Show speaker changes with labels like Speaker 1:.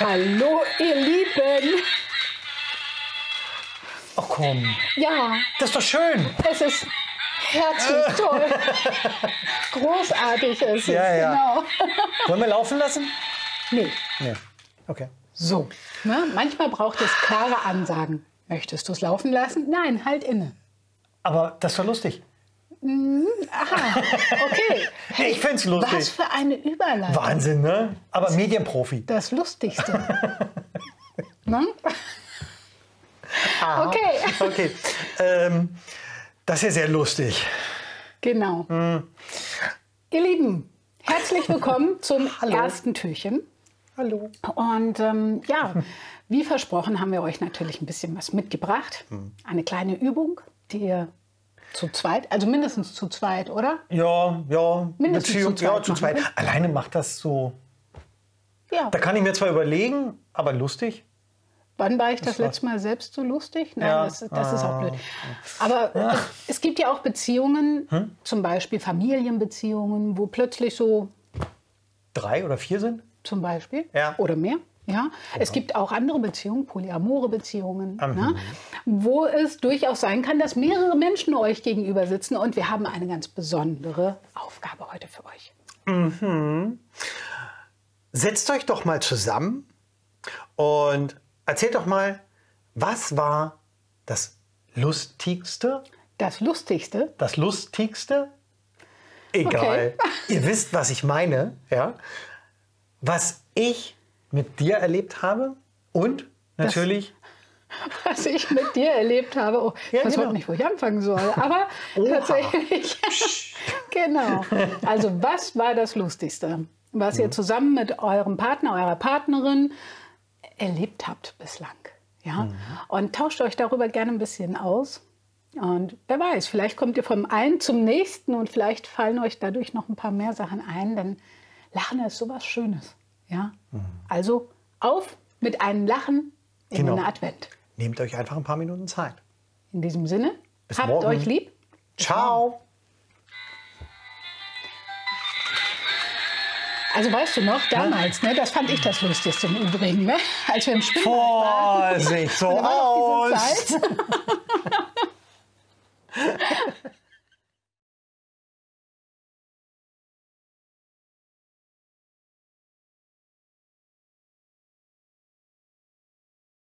Speaker 1: Hallo, ihr Lieben.
Speaker 2: Ach komm,
Speaker 1: Ja,
Speaker 2: das ist doch schön.
Speaker 1: es ist
Speaker 2: Äh.
Speaker 1: herzlich toll. Großartig ist es,
Speaker 2: Ja, ja.
Speaker 1: genau.
Speaker 2: Wollen wir laufen lassen?
Speaker 1: Nee.
Speaker 2: Nee. Okay.
Speaker 1: So, ne? manchmal braucht es klare Ansagen. Möchtest du es laufen lassen? Nein, halt inne.
Speaker 2: Aber das ist doch lustig.
Speaker 1: Okay.
Speaker 2: ich find's lustig.
Speaker 1: Was für eine Überleitung.
Speaker 2: Wahnsinn, ne? Aber Medienprofi.
Speaker 1: Das Lustigste. ne?
Speaker 2: Aha.
Speaker 1: Okay.
Speaker 2: Ah, Okay. Ähm, das ist ja sehr lustig.
Speaker 1: Genau.
Speaker 2: Hm.
Speaker 1: Ihr Lieben, herzlich willkommen zum ersten Türchen.
Speaker 2: Hallo.
Speaker 1: Und ähm, ja, wie versprochen haben wir euch natürlich ein bisschen was mitgebracht.
Speaker 2: Mhm.
Speaker 1: Eine kleine Übung, die ihr zu zweit, also mindestens zu zweit, oder?
Speaker 2: Ja, ja.
Speaker 1: Mindestens
Speaker 2: Beziehung,
Speaker 1: zu zweit
Speaker 2: ja, zu
Speaker 1: machen
Speaker 2: zweit.
Speaker 1: wir.
Speaker 2: Alleine macht das so.
Speaker 1: Ja.
Speaker 2: Da kann ich mir zwar überlegen, aber lustig.
Speaker 1: Wann war ich das,
Speaker 2: war-
Speaker 1: letzte Mal selbst so lustig? Nein,
Speaker 2: Ja. Ah.
Speaker 1: das, das ist auch blöd. Aber es, es gibt ja auch Beziehungen,
Speaker 2: Hm?
Speaker 1: zum Beispiel Familienbeziehungen, wo plötzlich so
Speaker 2: Drei oder vier sind?
Speaker 1: zum Beispiel
Speaker 2: Ja.
Speaker 1: oder mehr. Ja. Es gibt auch andere Beziehungen, polyamore Beziehungen, ne, wo es durchaus sein kann, dass mehrere Menschen euch gegenüber sitzen und wir haben eine ganz besondere Aufgabe heute für euch.
Speaker 2: Setzt euch doch mal zusammen und erzählt doch mal, was war das lustigste?
Speaker 1: Das Lustigste,
Speaker 2: Das lustigste? Egal.
Speaker 1: Okay.
Speaker 2: Ihr wisst, was ich meine, ja? Was ich mit dir erlebt habe und natürlich
Speaker 1: was ich mit dir erlebt habe, oh, ich
Speaker 2: Ja,
Speaker 1: weiß
Speaker 2: genau.
Speaker 1: heute nicht, wo ich anfangen soll, aber
Speaker 2: Oha.
Speaker 1: tatsächlich, genau. Also was war das Lustigste, was
Speaker 2: Hm.
Speaker 1: ihr zusammen mit eurem Partner, eurer Partnerin erlebt habt bislang? Ja?
Speaker 2: Hm.
Speaker 1: Und tauscht euch darüber gerne ein bisschen aus. Und wer weiß, vielleicht kommt ihr vom einen zum nächsten und vielleicht fallen euch dadurch noch ein paar mehr Sachen ein, denn Lachen ist sowas Schönes. Ja?
Speaker 2: Hm.
Speaker 1: Also auf mit einem Lachen in
Speaker 2: Genau.
Speaker 1: den Advent.
Speaker 2: nehmt euch einfach ein paar Minuten Zeit.
Speaker 1: In diesem Sinne,
Speaker 2: Bis
Speaker 1: habt
Speaker 2: morgen.
Speaker 1: euch lieb.
Speaker 2: Ciao.
Speaker 1: Also weißt du noch, damals, ne, das fand ich das Lustigste im Übrigen, ne? als wir im Schwimmbad waren.
Speaker 2: Vorsicht, so
Speaker 1: Da war noch diese
Speaker 2: aus.
Speaker 1: Zeit.